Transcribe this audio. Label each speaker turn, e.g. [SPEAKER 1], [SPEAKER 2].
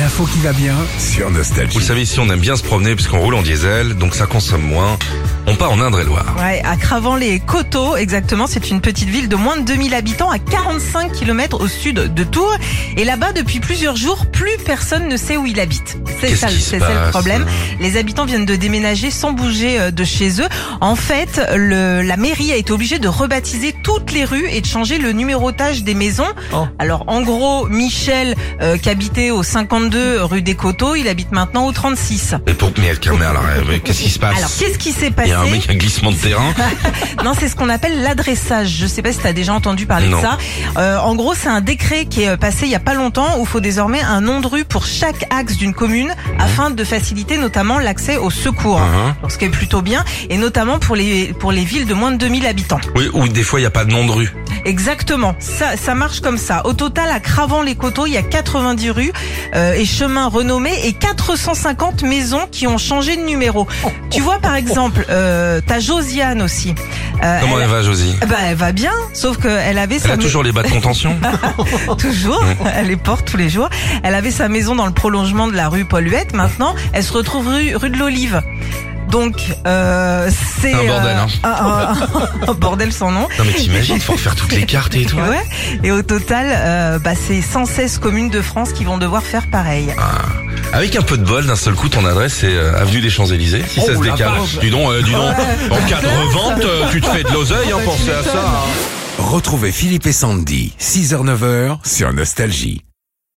[SPEAKER 1] L'info qui va bien.
[SPEAKER 2] sur
[SPEAKER 3] Vous le
[SPEAKER 2] Nostalgie.
[SPEAKER 3] savez, ici, on aime bien se promener puisqu'on roule en diesel, donc ça consomme moins. On part en Indre-et-Loire.
[SPEAKER 4] Ouais, à Cravant-les-Coteaux, exactement. C'est une petite ville de moins de 2000 habitants à 45 km au sud de Tours. Et là-bas, depuis plusieurs jours, plus personne ne sait où il habite. C'est
[SPEAKER 3] Qu'est-ce
[SPEAKER 4] ça,
[SPEAKER 3] qui se
[SPEAKER 4] c'est ça le
[SPEAKER 3] passe euh
[SPEAKER 4] problème. Les habitants viennent de déménager sans bouger euh, de chez eux. En fait, le- la mairie a été obligée de rebaptiser toutes les rues et de changer le numérotage des maisons.
[SPEAKER 3] Oh.
[SPEAKER 4] Alors, en gros, Michel, euh, qui habitait au 52 rue des Coteaux, il habite maintenant au 36.
[SPEAKER 3] Mais pour mais elle- mais alors, euh, mais qu'est-ce qui se passe
[SPEAKER 4] Alors, qu'est-ce qui s'est
[SPEAKER 3] Il
[SPEAKER 4] passé
[SPEAKER 3] y a un mec, un glissement de terrain.
[SPEAKER 4] Non, c'est ce qu'on appelle l'adressage. Je sais pas si tu as déjà entendu parler
[SPEAKER 3] Non.
[SPEAKER 4] de ça. Euh, en gros, c'est un décret qui est euh, passé il y a pas longtemps où faut désormais un nom de rue pour chaque axe d'une commune afin de faciliter notamment l'accès aux secours.
[SPEAKER 3] Uhum.
[SPEAKER 4] Donc, ce qui est plutôt bien, et notamment pour les, pour les villes de moins de 2000 habitants.
[SPEAKER 3] Oui, ou des fois, il n'y a pas de nom de rue.
[SPEAKER 4] Bah Exactement, ça, ça marche comme ça. Au total, à Cravant-les-Coteaux, il y a 90 rues euh, et chemins renommés et 450 maisons qui ont changé de numéro.
[SPEAKER 3] Oh,
[SPEAKER 4] Tu vois, par exemple, euh, t'as Josiane aussi. Euh,
[SPEAKER 3] Comment
[SPEAKER 4] elle-
[SPEAKER 3] elle va, Josie
[SPEAKER 4] bah, elle va bien, sauf qu'elle avait
[SPEAKER 3] Elle
[SPEAKER 4] sa
[SPEAKER 3] a
[SPEAKER 4] mai-
[SPEAKER 3] toujours les bas de contention
[SPEAKER 4] toujours, elle les porte tous les jours. Elle avait sa maison dans le prolongement de la rue Paul Huette. Maintenant, elle se retrouve rue, rue de l'Olive. Donc, euh, c'est
[SPEAKER 3] Un
[SPEAKER 4] euh,
[SPEAKER 3] bordel, hein.
[SPEAKER 4] un- un- un bordel sans nom.
[SPEAKER 3] Non, mais t'imagines, faut refaire toutes les cartes et tout.
[SPEAKER 4] Ouais. Et au total, euh, bah, c'est 116 communes de France qui vont devoir faire pareil.
[SPEAKER 3] Avec un peu de bol, d'un seul coup, ton adresse c'est euh, avenue des Champs-Élysées. Si ça se décale, dis donc, euh, dis donc, en cas de revente, euh, tu te fais de l'oseille,
[SPEAKER 4] Bah,
[SPEAKER 3] hein, pensez à ça. hein.
[SPEAKER 2] Retrouvez Philippe et Sandy, 6h-9h, sur Nostalgie.